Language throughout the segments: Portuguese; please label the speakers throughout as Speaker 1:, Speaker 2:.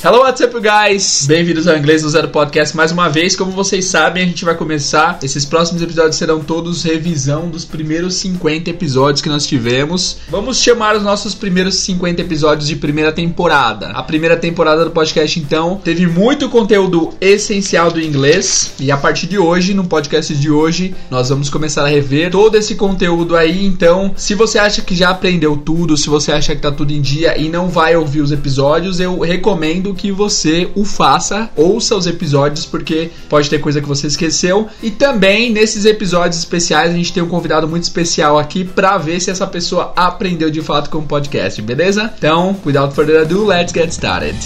Speaker 1: Hello, what's up, guys? Bem-vindos ao Inglês no Zero Podcast mais uma vez. Como vocês sabem, a gente vai começar. Esses próximos episódios serão todos revisão dos primeiros 50 episódios que nós tivemos. Vamos chamar os nossos primeiros 50 episódios de primeira temporada. A primeira temporada do podcast, então, teve muito conteúdo essencial do inglês. E a partir de hoje, no podcast de hoje, nós vamos começar a rever todo esse conteúdo aí. Então, se você acha que já aprendeu tudo, se você acha que tá tudo em dia e não vai ouvir os episódios, eu recomendo que você o faça, ouça os episódios, porque pode ter coisa que você esqueceu. E também nesses episódios especiais, a gente tem um convidado muito especial aqui pra ver se essa pessoa aprendeu de fato com o podcast, beleza? Então, without further ado, let's get started.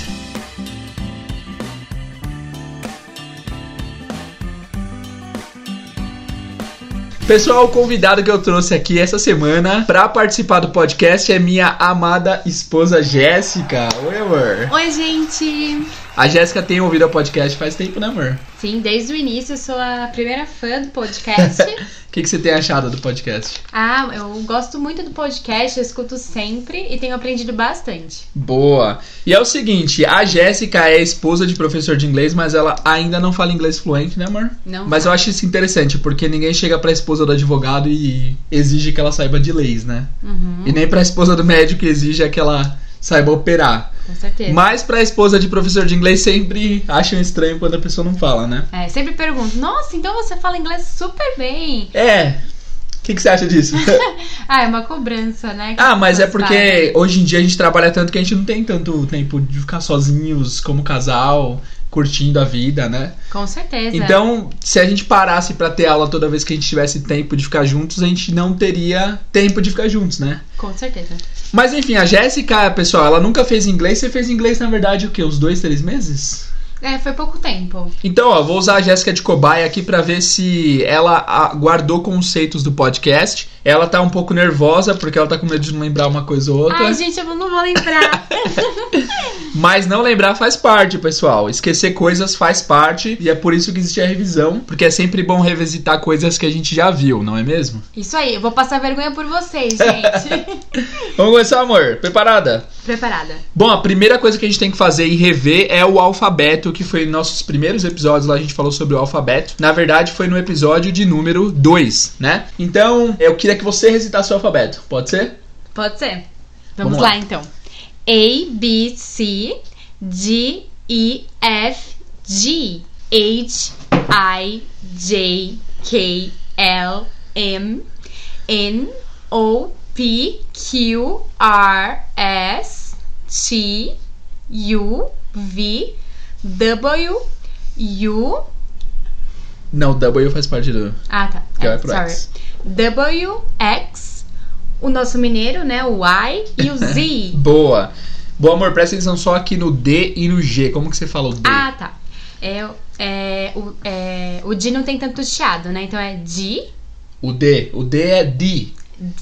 Speaker 1: Pessoal, o convidado que eu trouxe aqui essa semana pra participar do podcast é minha amada esposa Jéssica. Oi, amor.
Speaker 2: Oi, gente!
Speaker 1: A Jéssica tem ouvido o podcast faz tempo, né, amor?
Speaker 2: Sim, desde o início eu sou a primeira fã do podcast.
Speaker 1: O que, que você tem achado do podcast?
Speaker 2: ah, eu gosto muito do podcast, eu escuto sempre e tenho aprendido bastante.
Speaker 1: Boa. E é o seguinte, a Jéssica é esposa de professor de inglês, mas ela ainda não fala inglês fluente, né, amor?
Speaker 2: Não
Speaker 1: Mas eu acho isso interessante, porque ninguém chega pra esposa do advogado e exige que ela saiba de leis, né?
Speaker 2: Uhum,
Speaker 1: E nem pra esposa do médico exige é que ela saiba operar.
Speaker 2: com certeza.
Speaker 1: Mas pra esposa de professor de inglês sempre acham estranho quando a pessoa não fala, né?
Speaker 2: É, sempre pergunto, nossa, então você fala inglês super bem.
Speaker 1: É. O que, que você acha disso?
Speaker 2: Ah, é uma cobrança, né? que
Speaker 1: Ah,
Speaker 2: as
Speaker 1: mas é
Speaker 2: pessoas
Speaker 1: porque hoje em dia a gente trabalha tanto que a gente não tem tanto tempo de ficar sozinhos como casal, curtindo a vida, né?
Speaker 2: fazem. Com certeza.
Speaker 1: Então, se a gente parasse pra ter aula toda vez que a gente tivesse tempo de ficar juntos, a gente não teria tempo de ficar juntos, né?
Speaker 2: Com certeza.
Speaker 1: Mas enfim, a Jéssica, pessoal, ela nunca fez inglês. Você fez inglês, na verdade, o quê? Uns dois, três meses?
Speaker 2: É, foi pouco tempo.
Speaker 1: Então, ó, vou usar a Jéssica de cobaia aqui pra ver se ela ah, guardou conceitos do podcast. Ela tá um pouco nervosa porque ela tá com medo de não lembrar uma coisa ou outra.
Speaker 2: Ai, gente, eu não vou lembrar.
Speaker 1: Mas não lembrar faz parte, pessoal. Esquecer coisas faz parte e é por isso que existe a revisão, porque é sempre bom revisitar coisas que a gente já viu, não é mesmo?
Speaker 2: Isso aí, eu vou passar vergonha por vocês, gente.
Speaker 1: Vamos começar, amor. Preparada?
Speaker 2: Preparada.
Speaker 1: Bom, a primeira coisa que a gente tem que fazer e rever é o alfabeto, que foi em nossos primeiros episódios lá a gente falou sobre o alfabeto. Na verdade, foi no episódio de número 2, né? Então, eu queria que você recitasse o alfabeto, pode ser?
Speaker 2: Pode ser? Vamos,
Speaker 1: Vamos
Speaker 2: lá,
Speaker 1: lá.
Speaker 2: então. A, B, C, D, E, F, G, H, I, J, K, L, M, N, O, P, Q, R, S, T, U, V, W, U.
Speaker 1: Não, W faz parte do.
Speaker 2: Ah, tá.
Speaker 1: Que
Speaker 2: É,
Speaker 1: vai pro
Speaker 2: sorry.
Speaker 1: X.
Speaker 2: W, X, o nosso mineiro, né? O Y e o Z.
Speaker 1: Boa. Bom, amor, presta atenção só aqui no D e no G. Como que você fala o D?
Speaker 2: Ah, tá. É, é, o, é, o D não tem tanto chiado, né? Então é D,
Speaker 1: O D. O D é D.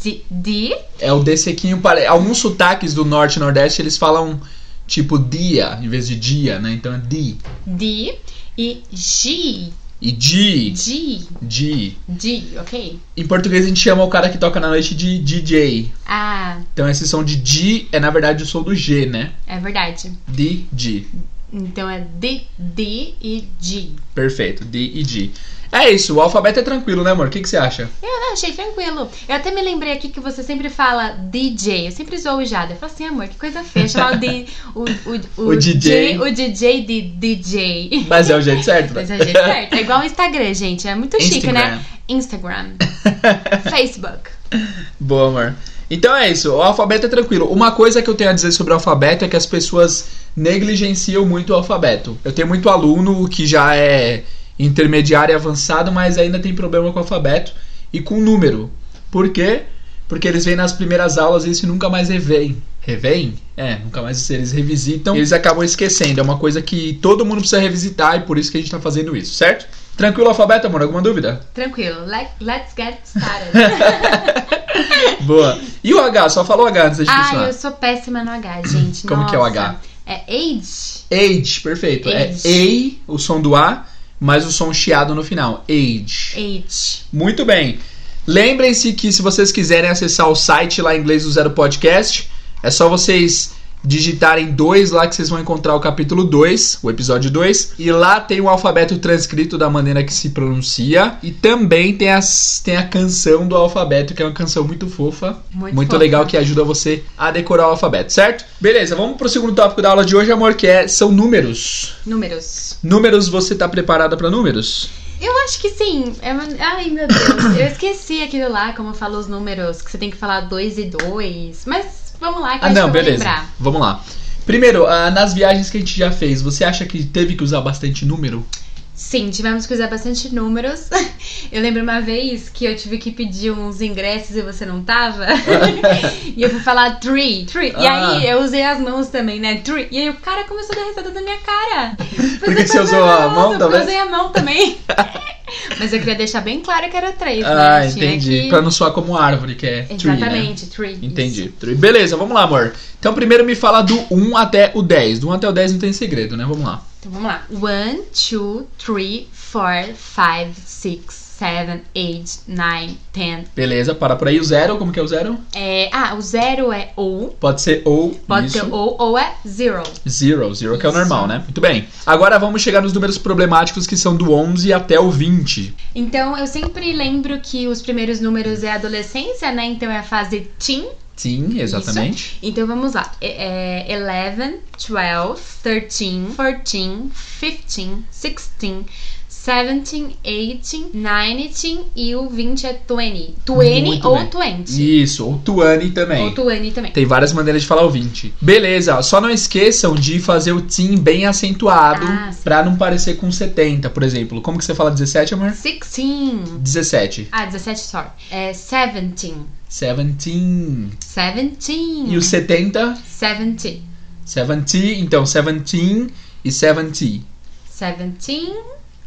Speaker 2: D, D.
Speaker 1: É o D sequinho. Pare... Alguns sotaques do norte e nordeste eles falam tipo dia em vez de dia, né? Então é D.
Speaker 2: D. E G,
Speaker 1: E G.
Speaker 2: G,
Speaker 1: G.
Speaker 2: D, ok?
Speaker 1: Em português a gente chama o cara que toca na noite de DJ.
Speaker 2: Ah,
Speaker 1: Então esse som de G é na verdade o som do G, né?
Speaker 2: é verdade.
Speaker 1: DJ.
Speaker 2: Então é D, D e G.
Speaker 1: Perfeito. D e G. É isso, o alfabeto é tranquilo, né, amor? O que, que você acha?
Speaker 2: Eu achei tranquilo. Eu até me lembrei aqui que você sempre fala DJ. Eu sempre zoo o Jada. Eu falo assim, amor, que coisa feia. Chamar o, D, o, o,
Speaker 1: O DJ.
Speaker 2: D- o DJ de DJ.
Speaker 1: Mas é o jeito certo, né?
Speaker 2: Mas é o jeito certo. É igual o Instagram, gente. É muito chique, né? Instagram, Facebook.
Speaker 1: Boa, amor. Então é isso, o alfabeto é tranquilo. Uma coisa que eu tenho a dizer sobre o alfabeto é que as pessoas negligenciam muito o alfabeto. Eu tenho muito aluno que já é intermediário e avançado, mas ainda tem problema com o alfabeto e com o número. Por quê? Porque eles vêm nas primeiras aulas e isso nunca mais revém. Revém? É, nunca mais eles revisitam. Eles acabam esquecendo. É uma coisa que todo mundo precisa revisitar e por isso que a gente tá fazendo isso, certo? Tranquilo o alfabeto, amor? Alguma dúvida?
Speaker 2: Tranquilo. Let, let's get started.
Speaker 1: Boa. E o H? Só fala o H antes da gente
Speaker 2: ah,
Speaker 1: continuar.
Speaker 2: eu sou péssima no H, gente.
Speaker 1: Como que é o
Speaker 2: Nossa.
Speaker 1: H?
Speaker 2: É age.
Speaker 1: Age, perfeito.
Speaker 2: Age.
Speaker 1: É ei, o som do A, mas o som chiado no final. Age.
Speaker 2: Age.
Speaker 1: Muito bem. Lembrem-se que se vocês quiserem acessar o site lá em inglês do Zero Podcast, é só vocês digitarem 2 lá que vocês vão encontrar o capítulo 2, o episódio 2, e lá tem o alfabeto transcrito da maneira que se pronuncia e também tem, as, tem a canção do alfabeto, que é uma canção muito fofa,
Speaker 2: Muito né?
Speaker 1: muito,
Speaker 2: fofa.
Speaker 1: legal que ajuda você a decorar o alfabeto, certo? Beleza, vamos pro segundo tópico da aula de hoje, amor, que é são números.
Speaker 2: Números.
Speaker 1: Números, você tá preparada pra números?
Speaker 2: Eu acho que sim. É uma- Ai, meu Deus. Eu esqueci aquilo lá, como eu falo os números, que você tem que falar dois e dois. Mas vamos lá, que eu
Speaker 1: Ah,
Speaker 2: acho que eu
Speaker 1: não,
Speaker 2: vou
Speaker 1: beleza.
Speaker 2: lembrar.
Speaker 1: Vamos lá. Primeiro, ah, nas viagens que a gente já fez, você acha que teve que usar bastante número?
Speaker 2: Sim, tivemos que usar bastante números. Eu lembro uma vez que eu tive que pedir uns ingressos e você não tava. e eu fui falar three, three. E
Speaker 1: Ah.
Speaker 2: aí eu usei as mãos também, né? Three. E aí o cara começou a dar risada da minha cara.
Speaker 1: Porque você usou a mão
Speaker 2: também? Porque
Speaker 1: também?
Speaker 2: eu usei a mão também. Mas eu queria deixar bem claro que era três,
Speaker 1: Ah,
Speaker 2: né? Tinha
Speaker 1: entendi.
Speaker 2: que-
Speaker 1: Pra não soar como árvore, que é tree, né?
Speaker 2: Exatamente, three.
Speaker 1: Entendi. Tree. Beleza, vamos lá, amor. Então primeiro me fala do 1 até o 10. Do 1 até o 10 não tem segredo, né? Vamos lá.
Speaker 2: Então vamos lá. 1, 2, 3, 4, 5, 6, 7, 8, 9, 10.
Speaker 1: Beleza, para por aí. O zero, como que é o zero?
Speaker 2: É, ah, o zero é ou.
Speaker 1: Pode ser ou,
Speaker 2: Pode
Speaker 1: isso.
Speaker 2: ser ou ou é zero.
Speaker 1: Zero, zero que é o
Speaker 2: Isso.
Speaker 1: normal, né? Muito bem. Agora vamos chegar nos números problemáticos que são do 11 até o 20.
Speaker 2: Então eu sempre lembro que os primeiros números é a adolescência, né? Então é a fase teen.
Speaker 1: Sim, exatamente.
Speaker 2: Então vamos lá. É, é 11, 12, 13, 14, 15, 16. 17, 18, 19 e o 20 é 20. 20
Speaker 1: Muito
Speaker 2: ou
Speaker 1: bem.
Speaker 2: 20.
Speaker 1: Isso, ou Tuane também.
Speaker 2: Ou Tuane também.
Speaker 1: Tem várias maneiras de falar o 20. Beleza, ó, só não esqueçam de fazer o team bem acentuado
Speaker 2: Ah, sim.
Speaker 1: pra não parecer com 70, por exemplo. Como que você fala 17, amor?
Speaker 2: 16.
Speaker 1: 17.
Speaker 2: Ah, 17, sorry. É 17.
Speaker 1: 17.
Speaker 2: 17.
Speaker 1: E o 70?
Speaker 2: 17.
Speaker 1: 70. Então, 17 e 70.
Speaker 2: 17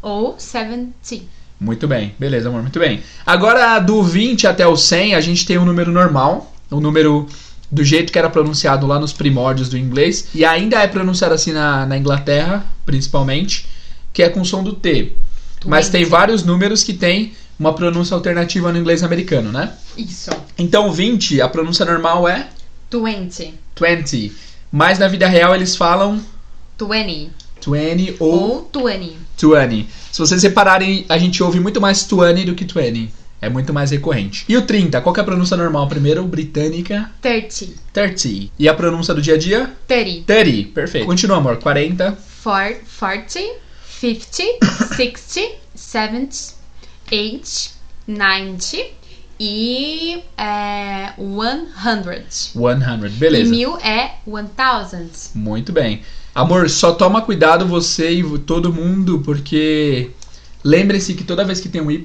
Speaker 2: ou 17.
Speaker 1: Muito bem, beleza, amor, muito bem. Agora, do 20 até o 100, a gente tem um número normal, um número do jeito que era pronunciado lá nos primórdios do inglês, e ainda é pronunciado assim na, na Inglaterra, principalmente, que é com som do T. Mas tem vários números que tem uma pronúncia alternativa no inglês americano, né?
Speaker 2: Isso.
Speaker 1: Então, 20, a pronúncia normal é
Speaker 2: 20.
Speaker 1: 20, mas na vida real eles falam
Speaker 2: 20.
Speaker 1: 20 ou
Speaker 2: Ou 20.
Speaker 1: 20. Se vocês repararem, a gente ouve muito mais 20 do que 20. É muito mais recorrente. E o 30, qual que é a pronúncia normal? Primeiro, britânica,
Speaker 2: 30.
Speaker 1: 30. E a pronúncia do dia a dia?
Speaker 2: 30.
Speaker 1: 30. Perfeito. Continua, amor. 40,
Speaker 2: 40. 50. 60. 70. 80. 90. E é, 100.
Speaker 1: 100.
Speaker 2: E
Speaker 1: Beleza.
Speaker 2: mil é 1000.
Speaker 1: Muito bem. Amor, só toma cuidado você e todo mundo, porque lembre-se que toda vez que tem um Y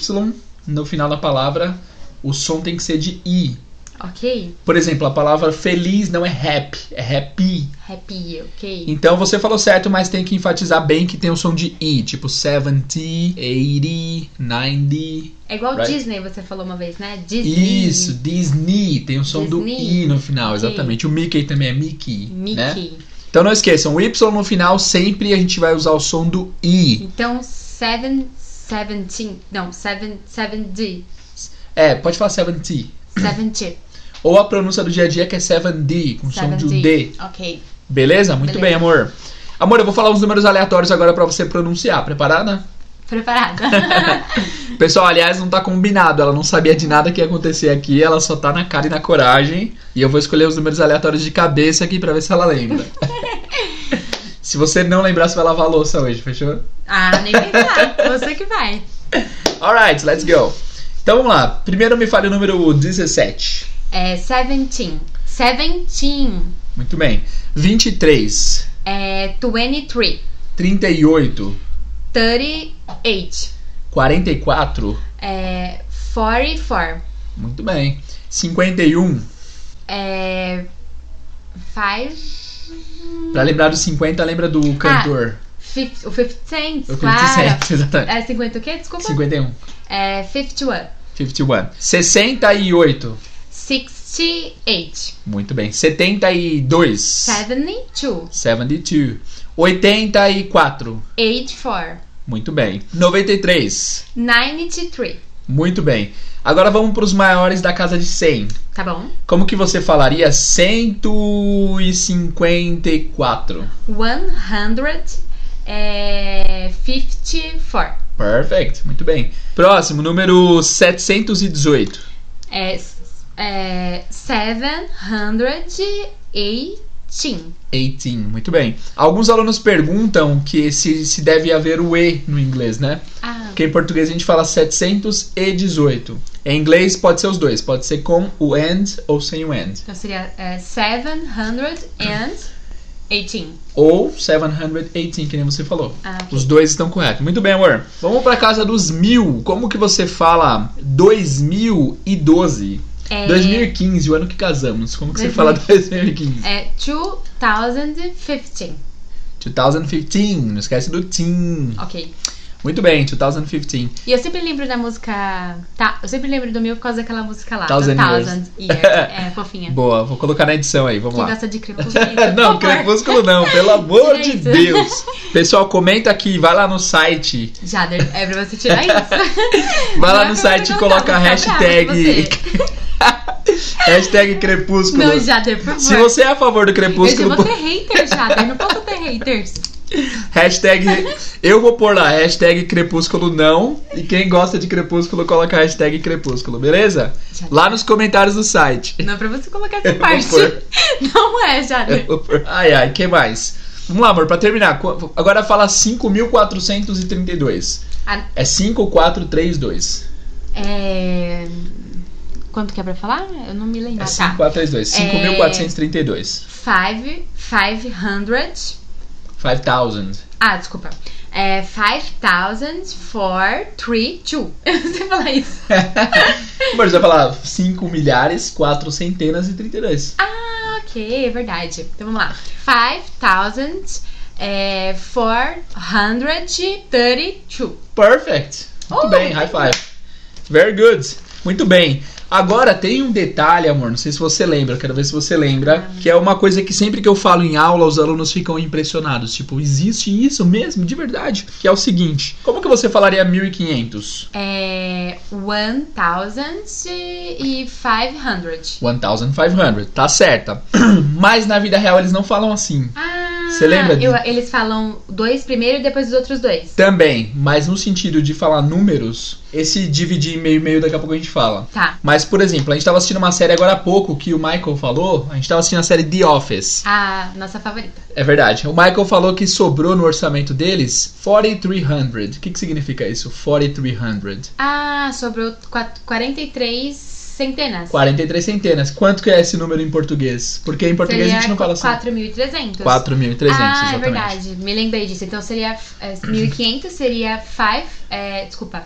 Speaker 1: no final da palavra, o som tem que ser de I.
Speaker 2: Ok?
Speaker 1: Por exemplo, a palavra feliz não é happy, é happy.
Speaker 2: Happy, ok?
Speaker 1: Então você falou certo, mas tem que enfatizar bem que tem o som de I, tipo 70, 80, 90.
Speaker 2: É igual
Speaker 1: Right.
Speaker 2: Disney, você falou uma vez, né? Disney.
Speaker 1: Isso, Disney, tem o som
Speaker 2: Disney.
Speaker 1: do I no final,
Speaker 2: Ok.
Speaker 1: exatamente. O Mickey também é Mickey. Né?
Speaker 2: Mickey.
Speaker 1: Então não esqueçam, o Y no final sempre a gente vai usar o som do I.
Speaker 2: Então, seven, seventeen. Não, seven, seventy.
Speaker 1: É, pode falar 70.
Speaker 2: Seventy.
Speaker 1: Ou a pronúncia do dia a dia que é 70, com som de um D.
Speaker 2: Seventy. Ok.
Speaker 1: Beleza? Muito
Speaker 2: Beleza.
Speaker 1: bem, amor. Amor, eu vou falar uns números aleatórios agora pra você pronunciar. Preparada?
Speaker 2: Preparada.
Speaker 1: Pessoal, aliás, não tá combinado. Ela não sabia de nada que ia acontecer aqui. Ela só tá na cara e na coragem. E eu vou escolher os números aleatórios de cabeça aqui pra ver se ela lembra. se você não lembrar, você vai lavar a louça hoje, fechou?
Speaker 2: ah, nem pensar. Você que vai.
Speaker 1: Alright, let's go. Então vamos lá. Primeiro me fale o número 17.
Speaker 2: É seventeen. Seventeen.
Speaker 1: Muito bem. 23.
Speaker 2: É twenty-three.
Speaker 1: 38.
Speaker 2: Thirty-eight.
Speaker 1: 44.
Speaker 2: É forty-four.
Speaker 1: Muito bem. 51.
Speaker 2: É... Five...
Speaker 1: Pra lembrar do 50, lembra do cantor.
Speaker 2: Fif- o 50 cents,
Speaker 1: o
Speaker 2: Ah, claro.
Speaker 1: 57, exatamente.
Speaker 2: É 50 o quê? Desculpa.
Speaker 1: 51.
Speaker 2: É 51.
Speaker 1: 51. 68.
Speaker 2: 68.
Speaker 1: Muito bem. 72.
Speaker 2: 72.
Speaker 1: 72. 84.
Speaker 2: 84.
Speaker 1: Muito bem. 93.
Speaker 2: 93.
Speaker 1: Muito bem. Agora vamos para os maiores da casa de 100.
Speaker 2: Tá bom?
Speaker 1: Como que você falaria 154?
Speaker 2: é, 154.
Speaker 1: Perfect, muito bem. Próximo, número 718.
Speaker 2: É, s- é 718.
Speaker 1: 18, muito bem. Alguns alunos perguntam que se, se deve haver o E no inglês, né?
Speaker 2: Ah,
Speaker 1: Porque em português a gente fala 718. Em inglês pode ser os dois, pode ser com o and ou sem o and.
Speaker 2: então seria é, 718.
Speaker 1: Ou 718, que nem você falou.
Speaker 2: Ah, ok.
Speaker 1: Os dois estão corretos. Muito bem, amor. Vamos para casa dos mil. Como que você fala 2012?
Speaker 2: É,
Speaker 1: 2015, o ano que casamos. Como que você fala 2015?
Speaker 2: é 2015.
Speaker 1: 2015, não esquece do teen.
Speaker 2: Ok.
Speaker 1: Muito bem, 2015.
Speaker 2: E eu sempre lembro da música. Tá, eu sempre lembro do meu por causa daquela música lá.
Speaker 1: Thousand
Speaker 2: da
Speaker 1: Years.
Speaker 2: Thousand Years. É, fofinha.
Speaker 1: Boa, vou colocar na edição aí, vamos
Speaker 2: Quem
Speaker 1: lá.
Speaker 2: gosta de crepúsculo?
Speaker 1: não,
Speaker 2: por favor.
Speaker 1: crepúsculo não, pelo amor de
Speaker 2: Gente.
Speaker 1: Deus. Pessoal, comenta aqui, vai lá no site.
Speaker 2: Jader, é pra você tirar isso.
Speaker 1: Vai lá
Speaker 2: Não é
Speaker 1: no
Speaker 2: pra
Speaker 1: site e
Speaker 2: você não
Speaker 1: coloca a
Speaker 2: saber, eu tô brava com
Speaker 1: hashtag.
Speaker 2: você.
Speaker 1: hashtag crepúsculo.
Speaker 2: Não, Jader, por favor.
Speaker 1: Se você é a favor do
Speaker 2: Hoje eu
Speaker 1: crepúsculo,
Speaker 2: vou ter hater, Jader. Não posso ter haters.
Speaker 1: hashtag. Eu vou pôr lá, hashtag crepúsculo não. E quem gosta de crepúsculo, coloca a hashtag crepúsculo, beleza?
Speaker 2: Jader,
Speaker 1: Lá nos comentários do site.
Speaker 2: Não é pra você colocar essa
Speaker 1: vou
Speaker 2: parte.
Speaker 1: pôr.
Speaker 2: Não é, Jader.
Speaker 1: Ai, ai, que mais? Vamos lá, amor, pra terminar. qu- Agora fala 5.432.
Speaker 2: Ah,
Speaker 1: É 5.432.
Speaker 2: É... Quanto que é pra falar? Eu não me lembro.
Speaker 1: É
Speaker 2: Ah,
Speaker 1: 5.432.
Speaker 2: É.
Speaker 1: 5.432.
Speaker 2: Five, 500.
Speaker 1: 5.000.
Speaker 2: Ah, desculpa. É 5,432. Eu não sei falar isso.
Speaker 1: Amor, você vai falar 5 milhares, 4 centenas e 32.
Speaker 2: Ah, ok, é verdade. Então vamos lá. é, 5,432.
Speaker 1: Perfect. Muito
Speaker 2: Oh,
Speaker 1: bem, high five. Very good. Muito bem. Agora tem um detalhe, amor, não sei se você lembra, quero ver se você lembra,
Speaker 2: Ah.
Speaker 1: que é uma coisa que sempre que eu falo em aula, os alunos ficam impressionados, tipo, existe isso mesmo, de verdade? Que é o seguinte, como que você falaria 1500?
Speaker 2: É 1,500.
Speaker 1: 1500, tá certa. Mas na vida real eles não falam assim.
Speaker 2: Ah,
Speaker 1: Você lembra de-
Speaker 2: eu- eles falam dois primeiro e depois os outros dois.
Speaker 1: Também, mas no sentido de falar números, esse dividir meio e meio daqui a pouco a gente fala.
Speaker 2: Tá.
Speaker 1: Mas, por exemplo, a gente tava assistindo uma série agora há pouco que o Michael falou. A gente tava assistindo a série The Office.
Speaker 2: A nossa favorita.
Speaker 1: É verdade. O Michael falou que sobrou no orçamento deles 4,300. O que, que significa isso? 4,300.
Speaker 2: Ah, sobrou quat- 43 centenas.
Speaker 1: 43 centenas. Quanto que é esse número em português? Porque em português a gente não fala assim.
Speaker 2: 4.300.
Speaker 1: 4.300,
Speaker 2: Ah, é
Speaker 1: exatamente.
Speaker 2: verdade. Me lembrei disso. Então seria é, 1.500, seria 5... É, desculpa.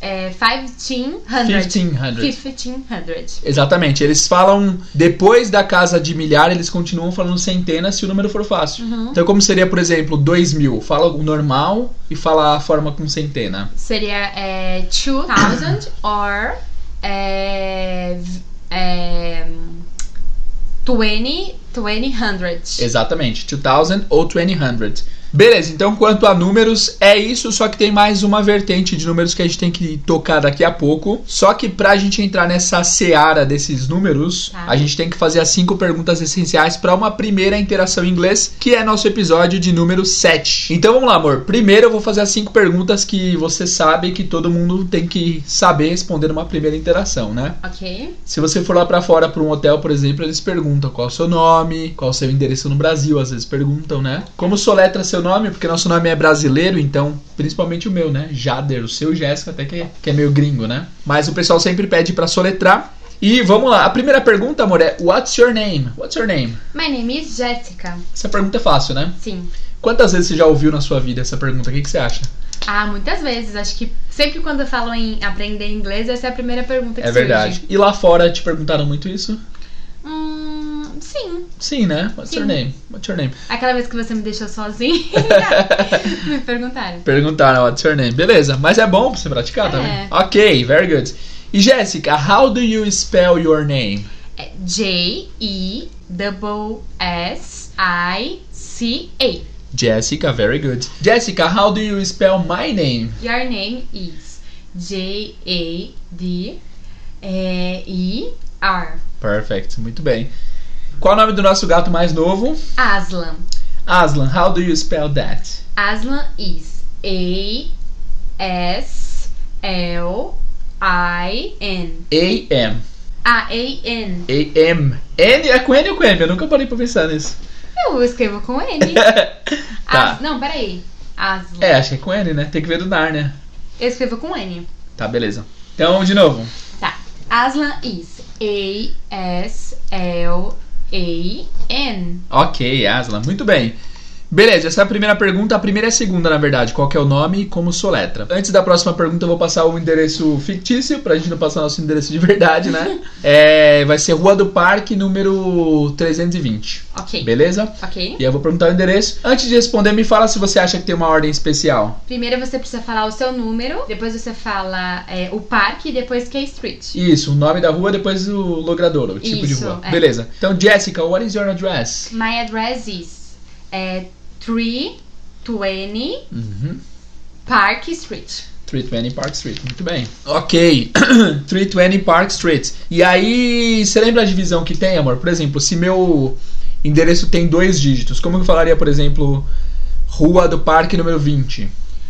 Speaker 2: É, 1500.
Speaker 1: 1,500.
Speaker 2: 1500.
Speaker 1: Exatamente. Eles falam depois da casa de milhar, eles continuam falando centenas se o número for fácil.
Speaker 2: Uhum.
Speaker 1: Então, como seria, por exemplo, 2.000? Fala o normal e fala a forma com centena.
Speaker 2: Seria é, 2000 or é, v- é, 20, 2000.
Speaker 1: Exatamente, 2000 ou 2000. Beleza, então quanto a números, é isso, só que tem mais uma vertente de números que a gente tem que tocar daqui a pouco. Só que pra gente entrar nessa seara desses números,
Speaker 2: Tá.
Speaker 1: a gente tem que fazer as cinco perguntas essenciais pra uma primeira interação em inglês, que é nosso episódio de número 7. Então vamos lá, amor. Primeiro eu vou fazer as cinco perguntas que você sabe que todo mundo tem que saber responder numa primeira interação, né?
Speaker 2: Ok?
Speaker 1: Se você for lá pra fora pra um hotel, por exemplo, eles perguntam qual é o seu nome, qual é o seu endereço no Brasil, às vezes perguntam, né? Como soletra seu nome, porque nosso nome é brasileiro, então, principalmente o meu, né? Jader, o seu Jéssica, até que é, que é meio gringo, né? Mas o pessoal sempre pede pra soletrar. E vamos lá, a primeira pergunta, amor, é What's your name? What's your name?
Speaker 2: My name is Jessica.
Speaker 1: Essa pergunta é fácil, né?
Speaker 2: Sim.
Speaker 1: Quantas vezes você já ouviu na sua vida essa pergunta? O que, que você acha?
Speaker 2: Ah, muitas vezes. Acho que sempre quando eu falo em aprender inglês, essa é a primeira pergunta que
Speaker 1: É
Speaker 2: surge.
Speaker 1: verdade. E lá fora te perguntaram muito isso?
Speaker 2: Hum, sim.
Speaker 1: Sim, né? What's your
Speaker 2: Sim.
Speaker 1: name? What's your name?
Speaker 2: Aquela vez que você me deixou sozinha, me perguntaram.
Speaker 1: Perguntaram what's your name. Beleza, mas é bom pra você praticar também.
Speaker 2: É.
Speaker 1: Ok, very good. E Jéssica, how do you spell your name?
Speaker 2: É J-E-S-S-I-C-A.
Speaker 1: Jéssica, very good. Jéssica, how do you spell my name?
Speaker 2: Your name is J-A-D-E-I-R.
Speaker 1: Perfect, muito bem. Qual o nome do nosso gato mais novo?
Speaker 2: Aslan.
Speaker 1: Aslan, how do you spell that?
Speaker 2: Aslan is A S L I N.
Speaker 1: A-M.
Speaker 2: Ah, A N.
Speaker 1: A-M. N é com N ou com M? Eu nunca parei pra pensar nisso.
Speaker 2: Eu escrevo com N.
Speaker 1: tá.
Speaker 2: As- Não, peraí. Aslan.
Speaker 1: É, acho que é com N, né? Tem que ver do Nar, né?
Speaker 2: Eu escrevo com N.
Speaker 1: Tá, beleza. Então, de novo.
Speaker 2: Tá. Aslan is A S L A N.
Speaker 1: Ok, Aslan, muito bem. Beleza, essa é a primeira pergunta, a primeira e a segunda, na verdade. Qual que é o nome e como soletra? Antes da próxima pergunta, eu vou passar o endereço fictício, pra gente não passar nosso endereço de verdade, né? É, vai ser Rua do Parque, número 320.
Speaker 2: Ok.
Speaker 1: Beleza?
Speaker 2: Ok.
Speaker 1: E eu vou perguntar o endereço. Antes de responder, me fala se você acha que tem uma ordem especial.
Speaker 2: Primeiro você precisa falar o seu número, depois você fala é, o parque e depois K Street.
Speaker 1: Isso, o nome da rua, depois o logradouro, o tipo de
Speaker 2: Isso,
Speaker 1: rua.
Speaker 2: é.
Speaker 1: Beleza. Então, Jessica, what is your address?
Speaker 2: My address is é, 320
Speaker 1: Uhum.
Speaker 2: Park Street.
Speaker 1: 320 Park Street, muito bem. Ok, 320 Park Street. E aí, você lembra a divisão que tem, amor? Por exemplo, se meu endereço tem dois dígitos, como que eu falaria, por exemplo, Rua do Parque número 20?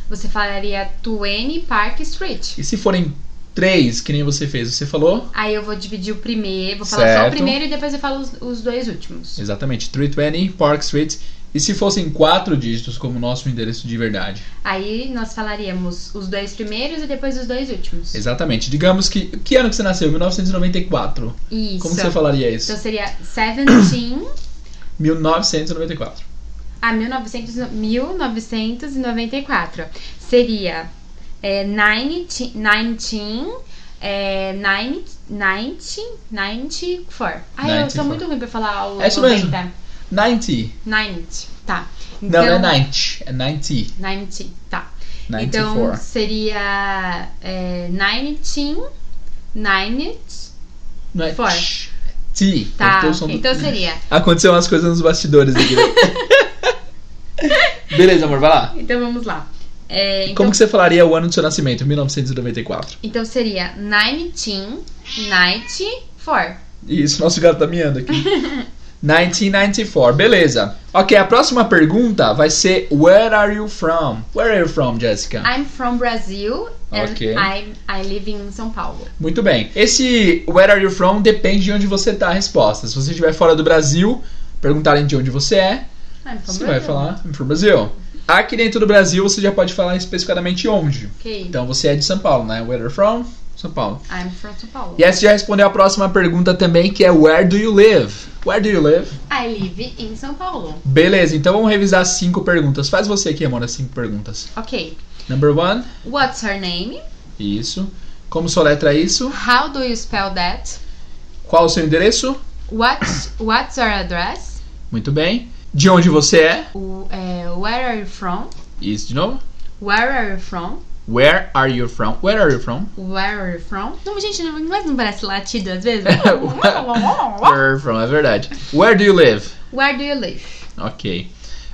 Speaker 2: Você falaria 20 Park Street.
Speaker 1: E se forem três, que nem você fez, você falou?
Speaker 2: Aí eu vou dividir o primeiro, vou falar só o
Speaker 1: Certo.
Speaker 2: primeiro e depois eu falo os, os dois últimos.
Speaker 1: Exatamente, 320 Park Street. E se fossem quatro dígitos, como o nosso endereço de verdade?
Speaker 2: Aí nós falaríamos os dois primeiros e depois os dois últimos.
Speaker 1: Exatamente. Digamos que. Que ano que você nasceu? 1994.
Speaker 2: Isso.
Speaker 1: Como que você falaria
Speaker 2: Então
Speaker 1: isso?
Speaker 2: seria 17
Speaker 1: 1994.
Speaker 2: a 1900 1994. Seria é, 19, 19, é, 9 90, 94. Ai, eu
Speaker 1: 94.
Speaker 2: sou muito ruim pra falar o
Speaker 1: É isso
Speaker 2: 90.
Speaker 1: mesmo. 90.
Speaker 2: 90. Tá.
Speaker 1: Não,
Speaker 2: Então,
Speaker 1: não é 90. É 90.
Speaker 2: 90. Tá.
Speaker 1: 94.
Speaker 2: Então seria é, 19, 90.
Speaker 1: não é
Speaker 2: for.
Speaker 1: tch, T.
Speaker 2: Tá.
Speaker 1: Cortou o som do-
Speaker 2: Então seria.
Speaker 1: Aconteceu umas coisas nos bastidores aqui. Né? Beleza, amor, vai lá.
Speaker 2: Então vamos lá. É, então,
Speaker 1: Como que você falaria o ano do seu nascimento? 1994.
Speaker 2: então seria 1994.
Speaker 1: Isso, nosso gato tá miando aqui. 1994, beleza. Ok, a próxima pergunta vai ser Where are you from? Where are you from, Jessica?
Speaker 2: I'm from Brazil and
Speaker 1: Ok.
Speaker 2: I, I live in São Paulo.
Speaker 1: Muito bem. Esse Where are you from depende de onde você tá a resposta. Se você estiver fora do Brasil, perguntarem de onde você é,
Speaker 2: I'm from
Speaker 1: você
Speaker 2: Brazil.
Speaker 1: vai falar I'm from Brasil. Aqui dentro do Brasil, você já pode falar especificamente onde.
Speaker 2: Ok.
Speaker 1: Então você é de São Paulo, né? Where are you from? São Paulo.
Speaker 2: I'm from São Paulo.
Speaker 1: E essa já respondeu a próxima pergunta também, que é Where do you live? Where do you live?
Speaker 2: I live in São Paulo.
Speaker 1: Beleza, então vamos revisar as cinco perguntas. Faz você aqui, amor, as cinco perguntas.
Speaker 2: Ok.
Speaker 1: Number one,
Speaker 2: What's her name?
Speaker 1: isso. Como soletra isso?
Speaker 2: How do you spell that?
Speaker 1: Qual o seu endereço?
Speaker 2: What, what's your address?
Speaker 1: Muito bem. De onde você é?
Speaker 2: O- é, where are you from?
Speaker 1: Isso de novo.
Speaker 2: Where are you from?
Speaker 1: Where are you from? Where are you from?
Speaker 2: Where are you from? Não, gente, no inglês não parece latido às vezes?
Speaker 1: Where are you from? É verdade. Where do you live?
Speaker 2: Where do you live?
Speaker 1: Ok.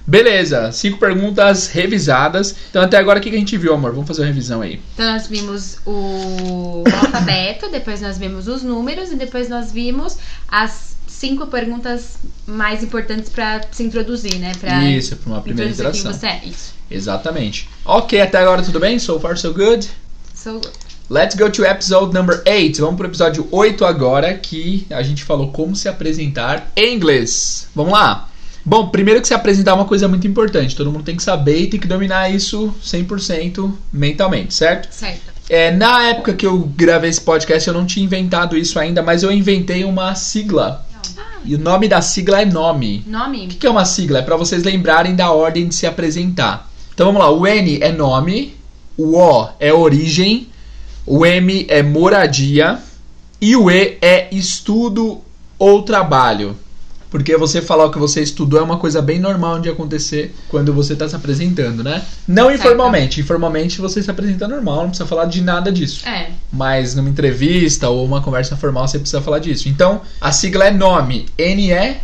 Speaker 1: Beleza, cinco perguntas revisadas. Então até agora o que que a gente viu, amor? Vamos fazer uma revisão aí.
Speaker 2: Então nós vimos o alfabeto, depois nós vimos os números e depois nós vimos as cinco perguntas mais importantes pra se introduzir, né? Pra
Speaker 1: Isso, para uma primeira
Speaker 2: introduzir
Speaker 1: interação.
Speaker 2: quem você é. Isso.
Speaker 1: Exatamente. Ok, até agora tudo bem? So far so good?
Speaker 2: So,
Speaker 1: Let's go to episode number 8. Vamos pro episódio 8 agora, que a gente falou como se apresentar em inglês. Vamos lá? Bom, primeiro que se apresentar é uma coisa muito importante. Todo mundo tem que saber e tem que dominar isso 100% mentalmente, certo?
Speaker 2: certo.
Speaker 1: É, na época que eu gravei esse podcast, eu não tinha inventado isso ainda, mas eu inventei uma sigla. E o nome da sigla é nome. O
Speaker 2: Nome?
Speaker 1: que é uma sigla? É para vocês lembrarem da ordem de se apresentar. Então vamos lá, o N é nome, o O é origem, o M é moradia e o E é estudo ou trabalho. Porque você falar o que você estudou é uma coisa bem normal de acontecer quando você está se apresentando, né? Não
Speaker 2: Certo.
Speaker 1: informalmente. Informalmente você se apresenta normal, não precisa falar de nada disso.
Speaker 2: É.
Speaker 1: Mas numa entrevista ou uma conversa formal você precisa falar disso. Então, a sigla é nome. N é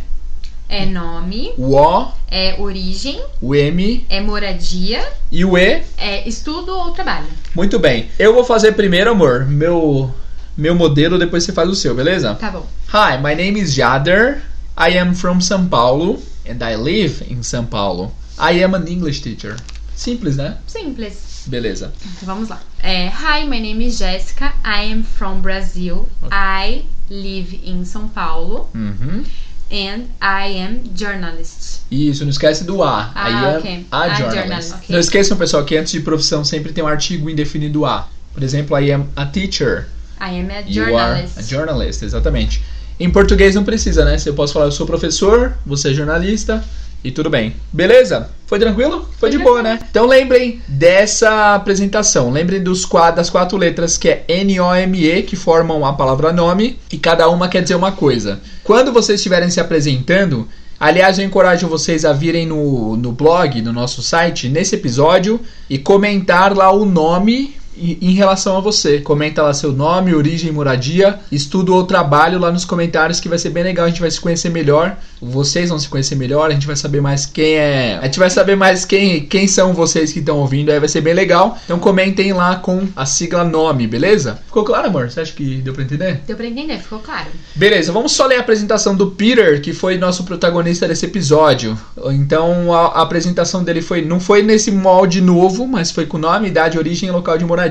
Speaker 2: é nome,
Speaker 1: O O,
Speaker 2: é origem,
Speaker 1: o M
Speaker 2: é moradia,
Speaker 1: e o E.
Speaker 2: é estudo ou trabalho.
Speaker 1: Muito bem. Eu vou fazer primeiro, amor, meu, meu modelo, depois você faz o seu, beleza?
Speaker 2: Tá bom.
Speaker 1: Hi, my name is Jader. I am from São Paulo and I live in São Paulo. I am an English teacher. Simples, né?
Speaker 2: Simples.
Speaker 1: Beleza.
Speaker 2: Então vamos lá. É, Hi, my name is Jessica. I am from Brazil. I live in São Paulo.
Speaker 1: Uhum.
Speaker 2: And I am journalist.
Speaker 1: Isso, não esquece do A.
Speaker 2: Ah,
Speaker 1: Aí é
Speaker 2: ok.
Speaker 1: a
Speaker 2: Ah,
Speaker 1: journalist.
Speaker 2: journalist, ok.
Speaker 1: Não esqueçam, pessoal, que antes de profissão sempre tem um artigo indefinido A. Por exemplo, I am a teacher.
Speaker 2: I am a
Speaker 1: You are a
Speaker 2: É journalist.
Speaker 1: journalist, exatamente. Em português não precisa, né? Se eu posso falar, eu sou professor, você é jornalista e tudo bem. Beleza? Foi tranquilo? Foi,
Speaker 2: Foi
Speaker 1: de boa, né? Então lembrem dessa apresentação. Lembrem dos qua- das quatro letras que é N-O-M-E, que formam a palavra nome, e cada uma quer dizer uma coisa. Quando vocês estiverem se apresentando, aliás, eu encorajo vocês a virem no, no blog, no nosso site, nesse episódio, e comentar lá o nome em em relação a você. Comenta lá seu nome, origem, moradia, estudo ou trabalho lá nos comentários que vai ser bem legal, a gente vai se conhecer melhor. Vocês vão se conhecer melhor, a gente vai saber mais quem é. A gente vai saber mais quem, quem são vocês que estão ouvindo, aí vai ser bem legal. Então comentem lá com a sigla nome, beleza? Ficou claro, amor? Você acha que deu pra entender?
Speaker 2: Deu pra entender, ficou claro.
Speaker 1: Beleza, vamos só ler a apresentação do Peter, que foi nosso protagonista desse episódio. Então a, a apresentação dele foi não foi nesse molde novo, mas foi com nome, idade, origem e local de moradia.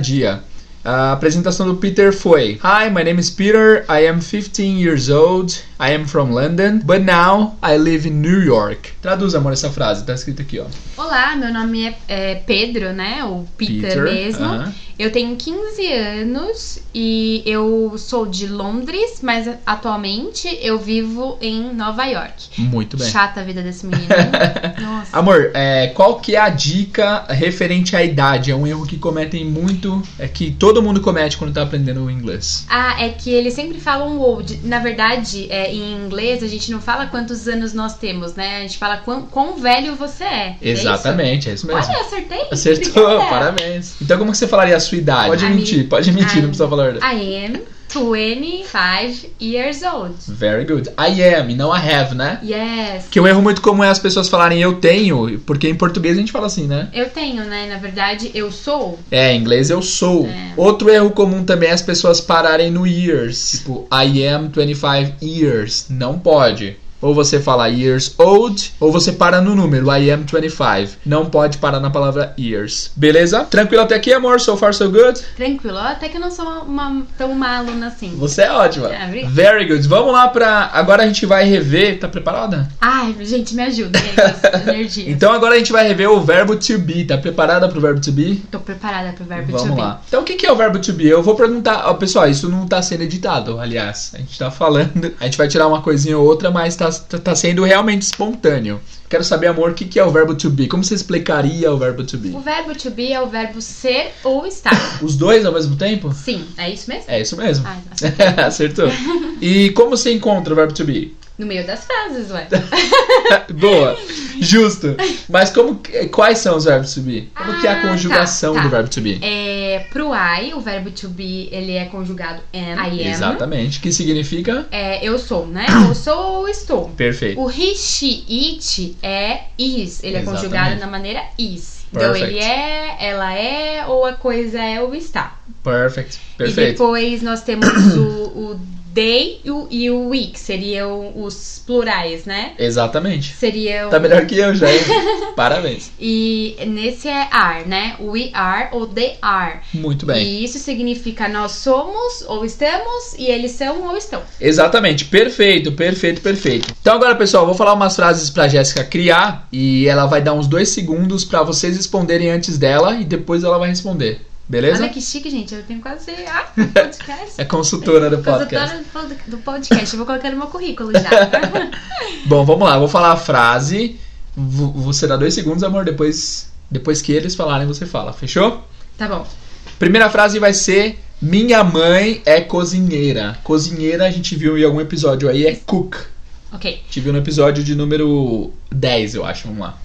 Speaker 1: A apresentação do Peter foi: Hi, my name is Peter. I am 15 years old. I am from London, but now I live in New York. Traduz, amor, essa frase, tá escrito aqui, ó.
Speaker 2: Olá, meu nome é, é Pedro, né? Ou Peter, mesmo.
Speaker 1: aham.
Speaker 2: Eu tenho 15 anos e eu sou de Londres, mas atualmente eu vivo em Nova York.
Speaker 1: Muito bem.
Speaker 2: Chata a vida desse menino. hein? Nossa.
Speaker 1: Amor, é, qual que é a dica referente à idade? É um erro que cometem muito, é que todo mundo comete quando tá aprendendo o inglês.
Speaker 2: Ah, é que eles sempre falam old. Na verdade, é, em inglês, a gente não fala quantos anos nós temos, né? A gente fala quão, quão velho você é. É isso?
Speaker 1: Exatamente, é isso mesmo.
Speaker 2: Olha, acertei.
Speaker 1: Acertou,
Speaker 2: Obrigada.
Speaker 1: parabéns. Então como que você falaria a sua idade? Pode
Speaker 2: Ai,
Speaker 1: mentir, pode mentir,
Speaker 2: ai.
Speaker 1: não precisa falar a verdade.
Speaker 2: I am 25 years old.
Speaker 1: Very good. I am, e não I have, né?
Speaker 2: Yes.
Speaker 1: Que um erro muito comum é as pessoas falarem eu tenho, porque em português a gente fala assim, né?
Speaker 2: Eu tenho, né? Na verdade, eu sou.
Speaker 1: É, em inglês eu sou.
Speaker 2: É.
Speaker 1: Outro erro comum também é as pessoas pararem no years. Tipo, I am 25 years. Não pode. Ou você fala years old, ou você para no número, I am 25. Não pode parar na palavra years. Beleza? Tranquilo até aqui, amor? So far, so good?
Speaker 2: Tranquilo, até que eu não sou uma, uma- tão uma aluna assim.
Speaker 1: Você é ótima.
Speaker 2: É, obrigada.
Speaker 1: Very good. Vamos lá pra. Agora a gente vai rever. Tá preparada?
Speaker 2: Ai, gente, me ajuda. é isso, Energia.
Speaker 1: Então agora a gente vai rever o verbo to be. Tá preparada pro verbo to be?
Speaker 2: Tô preparada pro verbo to
Speaker 1: Vamos
Speaker 2: be.
Speaker 1: lá. Então, o que que é o verbo to be? Eu vou perguntar. Ó, pessoal, isso não tá sendo editado, aliás. A gente tá falando. A gente vai tirar uma coisinha ou outra, mas tá, tá- tá sendo realmente espontâneo. Quero saber, amor, o que que é o verbo to be? Como você explicaria o verbo to be?
Speaker 2: O verbo to be é o verbo ser ou estar.
Speaker 1: Os dois ao mesmo tempo?
Speaker 2: Sim, é isso mesmo?
Speaker 1: É isso mesmo.
Speaker 2: Ai, nossa.
Speaker 1: Acertou. E como se encontra o verbo to be?
Speaker 2: No meio das frases, ué.
Speaker 1: Boa. Justo. Mas como que- quais são os verbos to be? Como que é
Speaker 2: Ah,
Speaker 1: a
Speaker 2: tá,
Speaker 1: conjugação
Speaker 2: tá.
Speaker 1: do verbo to be?
Speaker 2: É, pro I, o verbo to be, ele é conjugado am. I am.
Speaker 1: Exatamente. Que significa?
Speaker 2: É, eu sou, né? Eu sou ou estou.
Speaker 1: Perfeito.
Speaker 2: O he, she, it é is. Ele é
Speaker 1: Exatamente.
Speaker 2: conjugado na maneira is. Então
Speaker 1: Perfect.
Speaker 2: ele é, ela é, ou a coisa é ou está.
Speaker 1: Perfect.
Speaker 2: E
Speaker 1: Perfeito.
Speaker 2: depois nós temos o, o day e o, e o week, seriam os plurais, né?
Speaker 1: Exatamente.
Speaker 2: Seriam.
Speaker 1: Tá melhor que eu já, hein? Parabéns.
Speaker 2: E nesse é are, né? We are ou they are.
Speaker 1: Muito bem.
Speaker 2: E isso significa nós somos ou estamos e eles são ou estão.
Speaker 1: Exatamente. Perfeito, perfeito, perfeito. Então agora, pessoal, eu vou falar umas frases pra Jéssica criar e ela vai dar uns dois segundos pra vocês responderem antes dela e depois ela vai responder. Beleza?
Speaker 2: Olha que chique, gente. Eu tenho quase. Ah, podcast.
Speaker 1: É consultora do podcast.
Speaker 2: Consultora do pod- do podcast. Eu vou colocar no meu currículo já.
Speaker 1: Bom, vamos lá, eu vou falar a frase. v- Você dá dois segundos, amor, depois, depois que eles falarem, você fala, fechou?
Speaker 2: tá bom.
Speaker 1: Primeira frase vai ser: Minha mãe é cozinheira. Cozinheira, a gente viu em algum episódio aí, é cook. A
Speaker 2: Ok.
Speaker 1: gente viu no episódio de número 10, eu acho. Vamos lá.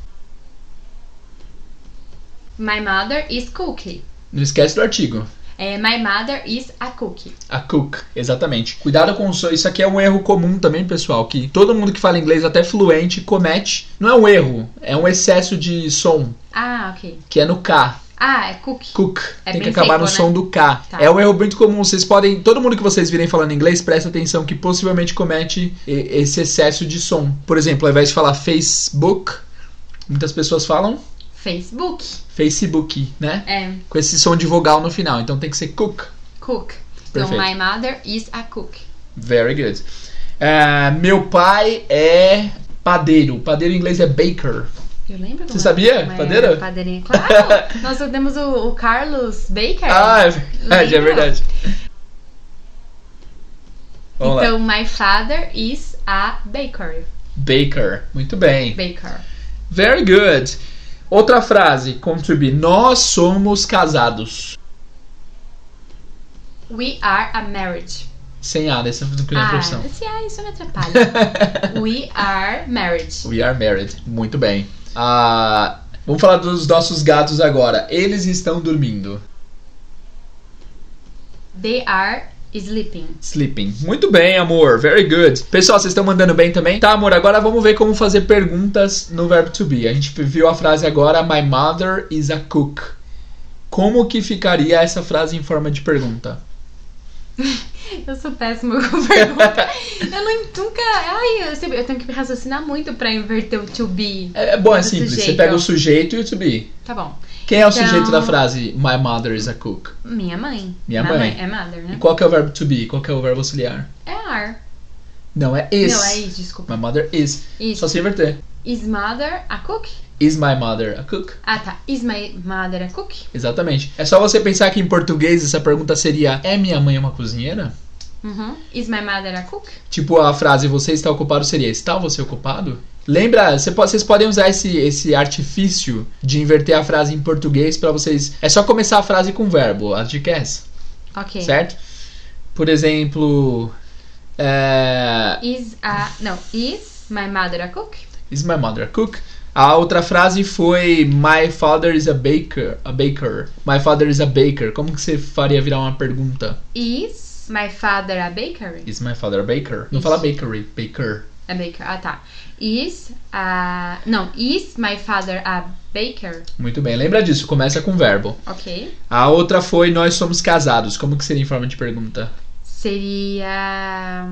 Speaker 2: My mother is cookie.
Speaker 1: Não esquece do artigo.
Speaker 2: É, My mother is a cookie.
Speaker 1: A cook, exatamente. Cuidado com o som. Isso aqui é um erro comum também, pessoal, que todo mundo que fala inglês, até fluente, comete. Não é um erro, é um excesso de som,
Speaker 2: Ah, ok.
Speaker 1: que é no K.
Speaker 2: Ah, é cookie.
Speaker 1: Cook.
Speaker 2: É
Speaker 1: Tem que
Speaker 2: bem
Speaker 1: acabar no
Speaker 2: seco,
Speaker 1: som
Speaker 2: né?
Speaker 1: do K.
Speaker 2: Tá.
Speaker 1: É um erro muito comum. Vocês podem. Todo mundo que vocês virem falando inglês, presta atenção que possivelmente comete e- esse excesso de som. Por exemplo, ao invés de falar Facebook, muitas pessoas falam
Speaker 2: Facebook.
Speaker 1: Facebook, né?
Speaker 2: É,
Speaker 1: Com esse som de vogal no final. Então tem que ser cook.
Speaker 2: cook. Então,
Speaker 1: Perfeito.
Speaker 2: my mother is a cook.
Speaker 1: Very good. Ah, meu pai é padeiro. Padeiro em inglês é baker.
Speaker 2: Eu lembro como
Speaker 1: Você sabia?
Speaker 2: como
Speaker 1: Padeiro?
Speaker 2: Padeirinha, claro. Nós temos o, o Carlos Baker.
Speaker 1: Ah, é verdade, é
Speaker 2: Lembra?
Speaker 1: verdade. Vamos lá.
Speaker 2: então, my father is a baker.
Speaker 1: Baker. Muito bem.
Speaker 2: Baker.
Speaker 1: Very good. Outra frase, contribui. Nós somos casados.
Speaker 2: We are a marriage.
Speaker 1: Sem A, né? dessa não queria
Speaker 2: ah,
Speaker 1: profissão.
Speaker 2: esse, ah, isso me atrapalha. We are marriage.
Speaker 1: We are married. Muito bem. Ah, vamos falar dos nossos gatos agora. Eles estão dormindo.
Speaker 2: They are sleeping.
Speaker 1: Sleeping. Muito bem, amor. Very good. Pessoal, vocês estão mandando bem também? Tá, amor, agora vamos ver como fazer perguntas no verbo to be. A gente viu a frase agora, my mother is a cook. Como que ficaria essa frase em forma de pergunta?
Speaker 2: Eu sou péssima com pergunta. eu não, nunca. Ai, eu, sempre- eu tenho que raciocinar muito pra inverter o to be.
Speaker 1: É, é bom, é
Speaker 2: Do
Speaker 1: simples. Você
Speaker 2: sujeito.
Speaker 1: pega o sujeito e o to be.
Speaker 2: Tá bom.
Speaker 1: Quem é o
Speaker 2: Então-
Speaker 1: sujeito da frase My mother is a cook?
Speaker 2: Minha mãe.
Speaker 1: Minha mãe.
Speaker 2: É mother,
Speaker 1: E
Speaker 2: né?
Speaker 1: qual que é o verbo to be? Qual que é o verbo auxiliar?
Speaker 2: É are.
Speaker 1: Não, é is.
Speaker 2: Não, é is, desculpa.
Speaker 1: My mother is.
Speaker 2: Is.
Speaker 1: Só se inverter.
Speaker 2: Is mother a cook?
Speaker 1: Is my mother a cook?
Speaker 2: Ah, tá. Is my mother a cook?
Speaker 1: Exatamente. É só você pensar que em português essa pergunta seria É minha mãe uma cozinheira?
Speaker 2: Uhum. Is my mother a cook?
Speaker 1: Tipo a frase Você está ocupado seria Está você ocupado? Lembra, cê po- vocês podem usar esse, esse artifício de inverter a frase em português pra vocês. É só começar a frase com verbo, a dica é essa,
Speaker 2: Ok.
Speaker 1: certo? Por exemplo, é,
Speaker 2: Is a. Não. Is my mother a cook?
Speaker 1: Is my mother a cook? A outra frase foi My father is a baker. A baker. My father is a baker. Como que você faria virar uma pergunta?
Speaker 2: Is my father a bakery?
Speaker 1: Is my father a baker? Não
Speaker 2: Isso.
Speaker 1: fala bakery, baker.
Speaker 2: A baker. Ah, tá. Is a. Não. Is my father a baker?
Speaker 1: Muito bem, lembra disso, começa com verbo.
Speaker 2: Ok.
Speaker 1: A outra foi Nós somos casados. Como que seria em forma de pergunta?
Speaker 2: Seria.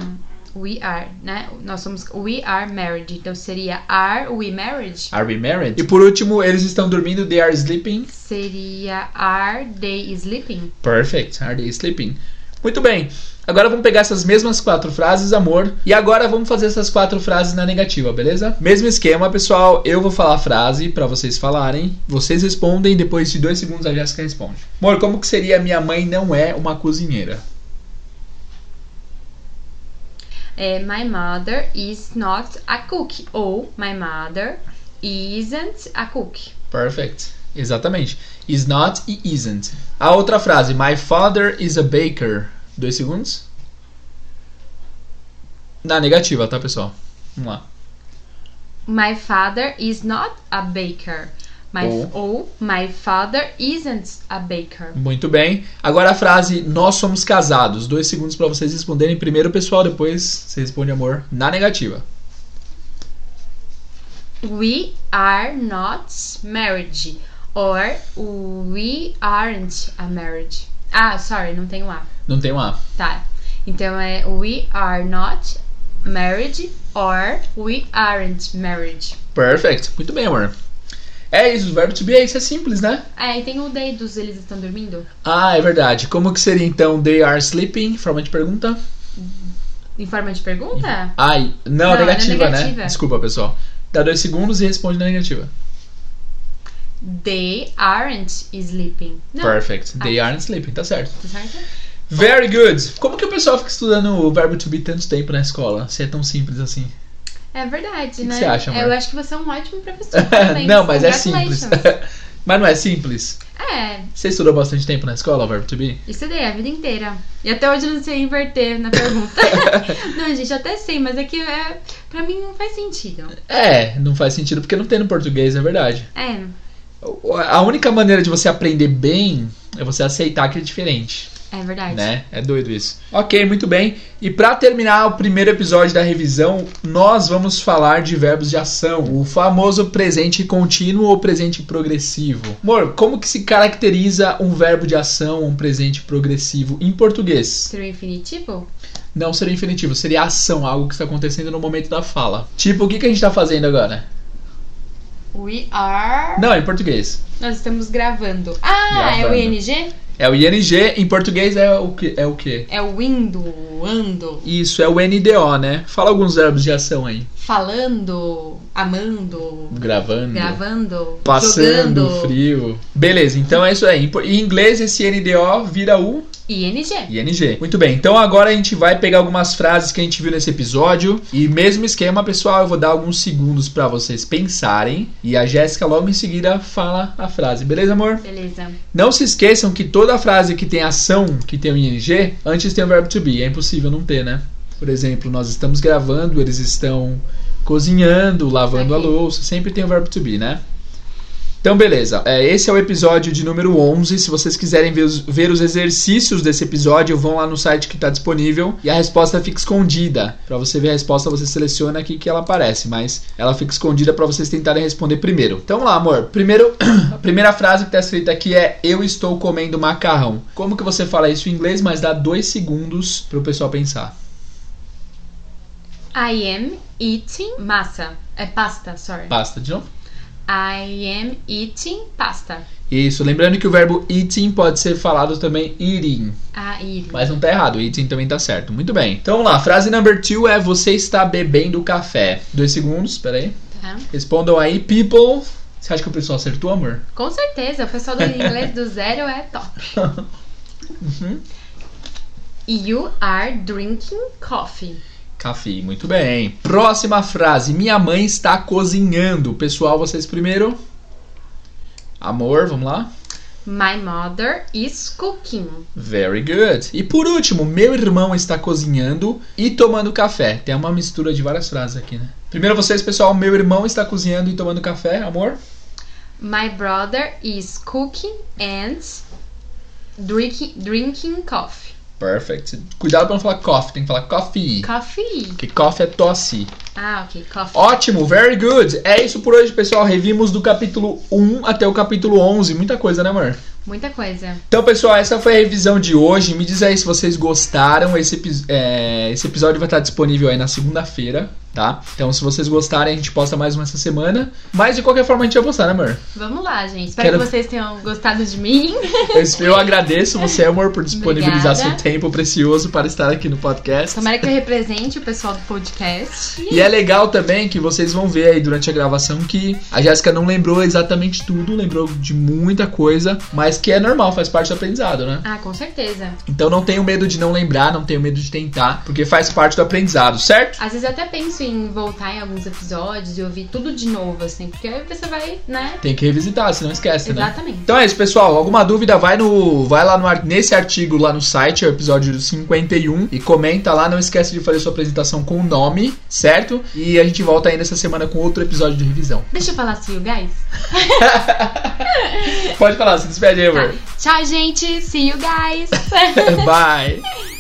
Speaker 2: We are, né? Nós somos. We are married. Então seria Are we married?
Speaker 1: Are we married? E por último, eles estão dormindo, they are sleeping.
Speaker 2: Seria Are they sleeping?
Speaker 1: Perfect. Are they sleeping? Muito bem. Agora vamos pegar essas mesmas quatro frases, amor. E agora vamos fazer essas quatro frases na negativa, beleza? Mesmo esquema, pessoal. Eu vou falar a frase pra vocês falarem. Vocês respondem. Depois de dois segundos a Jéssica responde. Amor, como que seria minha mãe não é uma cozinheira?
Speaker 2: É, my mother is not a cook. Ou My mother isn't a cook.
Speaker 1: Perfect. Exatamente. Is not e isn't. A outra frase. My father is a baker. Dois segundos. Na negativa, tá, pessoal? Vamos lá.
Speaker 2: My father is not a baker. My
Speaker 1: Ou-
Speaker 2: ou, my father isn't a baker.
Speaker 1: Muito bem. Agora a frase nós somos casados. Dois segundos para vocês responderem primeiro, pessoal. Depois você responde amor na negativa.
Speaker 2: We are not married. Or we aren't a marriage. Ah, sorry, não tem um A.
Speaker 1: Não tem um A.
Speaker 2: Tá. Então é we are not married or we aren't married.
Speaker 1: Perfect. Muito bem, amor. É isso, o verbo to be é isso, é simples, né?
Speaker 2: Ah, e tem o day dos eles estão dormindo?
Speaker 1: Ah, é verdade. Como que seria então they are sleeping? Forma de pergunta.
Speaker 2: Em forma de pergunta?
Speaker 1: Ai, não,
Speaker 2: Não,
Speaker 1: negativa,
Speaker 2: é
Speaker 1: né?
Speaker 2: negativa.
Speaker 1: Desculpa, pessoal. Dá dois segundos e responde na negativa.
Speaker 2: They aren't sleeping. Não, Ah.
Speaker 1: Perfect. They aren't sleeping, tá certo.
Speaker 2: tá certo?
Speaker 1: Very good. Como que o pessoal fica estudando o verbo to be tanto tempo na escola? Se é tão simples assim.
Speaker 2: É verdade,
Speaker 1: que
Speaker 2: né?
Speaker 1: você acha, amor?
Speaker 2: Eu acho que você é um ótimo professor. parabéns.
Speaker 1: não, mas é simples.
Speaker 2: Congratulations.
Speaker 1: mas não é simples.
Speaker 2: É,
Speaker 1: Você estudou bastante tempo na escola, verbo to be?
Speaker 2: estudei é a vida inteira. E até hoje eu não sei inverter na pergunta. não, gente, eu até sei, mas é que é, pra mim não faz sentido.
Speaker 1: É, não faz sentido porque não tem no português, é verdade.
Speaker 2: É,
Speaker 1: A única maneira de você aprender bem é você aceitar que é diferente.
Speaker 2: É verdade.
Speaker 1: Né? É doido isso. Ok, muito bem. E para terminar o primeiro episódio da revisão, nós vamos falar de verbos de ação, o famoso presente contínuo ou presente progressivo. Amor, como que se caracteriza um verbo de ação, um presente progressivo em português?
Speaker 2: Seria o tipo, infinitivo?
Speaker 1: Não seria infinitivo, seria ação, algo que está acontecendo no momento da fala. Tipo, o que, que a gente está fazendo agora?
Speaker 2: We are.
Speaker 1: Não, é em português.
Speaker 2: Nós estamos gravando. Ah, é
Speaker 1: Gravando.
Speaker 2: o ING?
Speaker 1: É o ING, em português é o que? É o quê?
Speaker 2: É o indo, ando,
Speaker 1: Isso, é o NDO, né? Fala alguns verbos de ação aí.
Speaker 2: falando, amando,
Speaker 1: Gravando.
Speaker 2: gravando,
Speaker 1: Hum. Passando
Speaker 2: jogando.
Speaker 1: frio. Beleza, então é isso aí. Em po- Em inglês, esse NDO vira o
Speaker 2: ING.
Speaker 1: ING. Muito bem, então agora a gente vai pegar algumas frases que a gente viu nesse episódio. E mesmo esquema, pessoal, eu vou dar alguns segundos pra vocês pensarem. E a Jéssica logo em seguida fala a frase, beleza, amor?
Speaker 2: Beleza.
Speaker 1: Não se esqueçam que toda frase que tem ação, que tem um o ING, antes tem o verbo to be. É impossível não ter, né? Por exemplo, nós estamos gravando, eles estão cozinhando, lavando
Speaker 2: Aqui.
Speaker 1: a louça. Sempre tem o verbo to be, né? Então, beleza. É, esse é o episódio de número 11. Se vocês quiserem ver os, ver os exercícios desse episódio, vão lá no site que está disponível e a resposta fica escondida. Para você ver a resposta, você seleciona aqui que ela aparece, mas ela fica escondida para vocês tentarem responder primeiro. Então, vamos lá, amor. Primeiro, a primeira frase que está escrita aqui é Eu estou comendo macarrão. Como que você fala isso em inglês, mas dá dois segundos para o pessoal pensar.
Speaker 2: I am eating massa. É pasta, sorry.
Speaker 1: Pasta, de novo?
Speaker 2: I am eating pasta.
Speaker 1: Isso. Lembrando que o verbo eating pode ser falado também eating.
Speaker 2: A ir.
Speaker 1: Mas não tá errado, o eating também tá certo. Muito bem. Então vamos lá, frase number two é você está bebendo café. Dois segundos, peraí.
Speaker 2: Tá?
Speaker 1: Respondam aí, people. Você acha que o pessoal acertou, amor?
Speaker 2: Com certeza, o pessoal do inglês do zero é top.
Speaker 1: Uhum.
Speaker 2: You are drinking coffee.
Speaker 1: Café, muito bem. Próxima frase, minha mãe está cozinhando. Pessoal, vocês primeiro. Amor, vamos lá.
Speaker 2: My mother is cooking.
Speaker 1: Very good. E por último, meu irmão está cozinhando e tomando café. Tem uma mistura de várias frases aqui, né? Primeiro vocês, pessoal, meu irmão está cozinhando e tomando café, amor.
Speaker 2: My brother is cooking and drinking, drinking coffee.
Speaker 1: Perfect. Cuidado pra não falar coffee, tem que falar coffee.
Speaker 2: Coffee.
Speaker 1: Porque coffee é tosse.
Speaker 2: Ah, ok. Coffee.
Speaker 1: Ótimo, very good. É isso por hoje, pessoal. Revimos do capítulo 1 até o capítulo 11. Muita coisa, né, amor?
Speaker 2: Muita coisa.
Speaker 1: Então, pessoal, essa foi a revisão de hoje. Me diz aí se vocês gostaram. Esse, epi- é, esse episódio vai estar disponível aí na segunda-feira, tá? Então, se vocês gostarem, a gente posta mais uma essa semana. Mas, de qualquer forma, a gente vai postar, né, amor?
Speaker 2: Vamos lá, gente. Espero
Speaker 1: Quero-
Speaker 2: que vocês tenham gostado de mim.
Speaker 1: Eu, eu agradeço você, amor, por disponibilizar
Speaker 2: Obrigada.
Speaker 1: seu tempo precioso para estar aqui no podcast.
Speaker 2: Tomara que eu represente o pessoal do podcast.
Speaker 1: E é legal também que vocês vão ver aí durante a gravação que a Jéssica não lembrou exatamente tudo, lembrou de muita coisa, mas que é normal, faz parte do aprendizado, né?
Speaker 2: Ah, com certeza.
Speaker 1: Então não tenho medo de não lembrar, não tenho medo de tentar, porque faz parte do aprendizado, certo?
Speaker 2: Às vezes eu até penso em voltar em alguns episódios e ouvir tudo de novo, assim, porque aí você vai, né?
Speaker 1: Tem que revisitar, se não esquece, né?
Speaker 2: Exatamente.
Speaker 1: Então é isso, pessoal. Alguma dúvida, vai no, vai lá no, ar- nesse artigo lá no site, é o episódio 51, e comenta lá. Não esquece de fazer sua apresentação com o nome, certo? E a gente volta ainda essa semana com outro episódio de revisão.
Speaker 2: Deixa eu falar see you guys.
Speaker 1: Pode falar, se despede aí, amor.
Speaker 2: Tchau, gente. See you guys.
Speaker 1: Bye.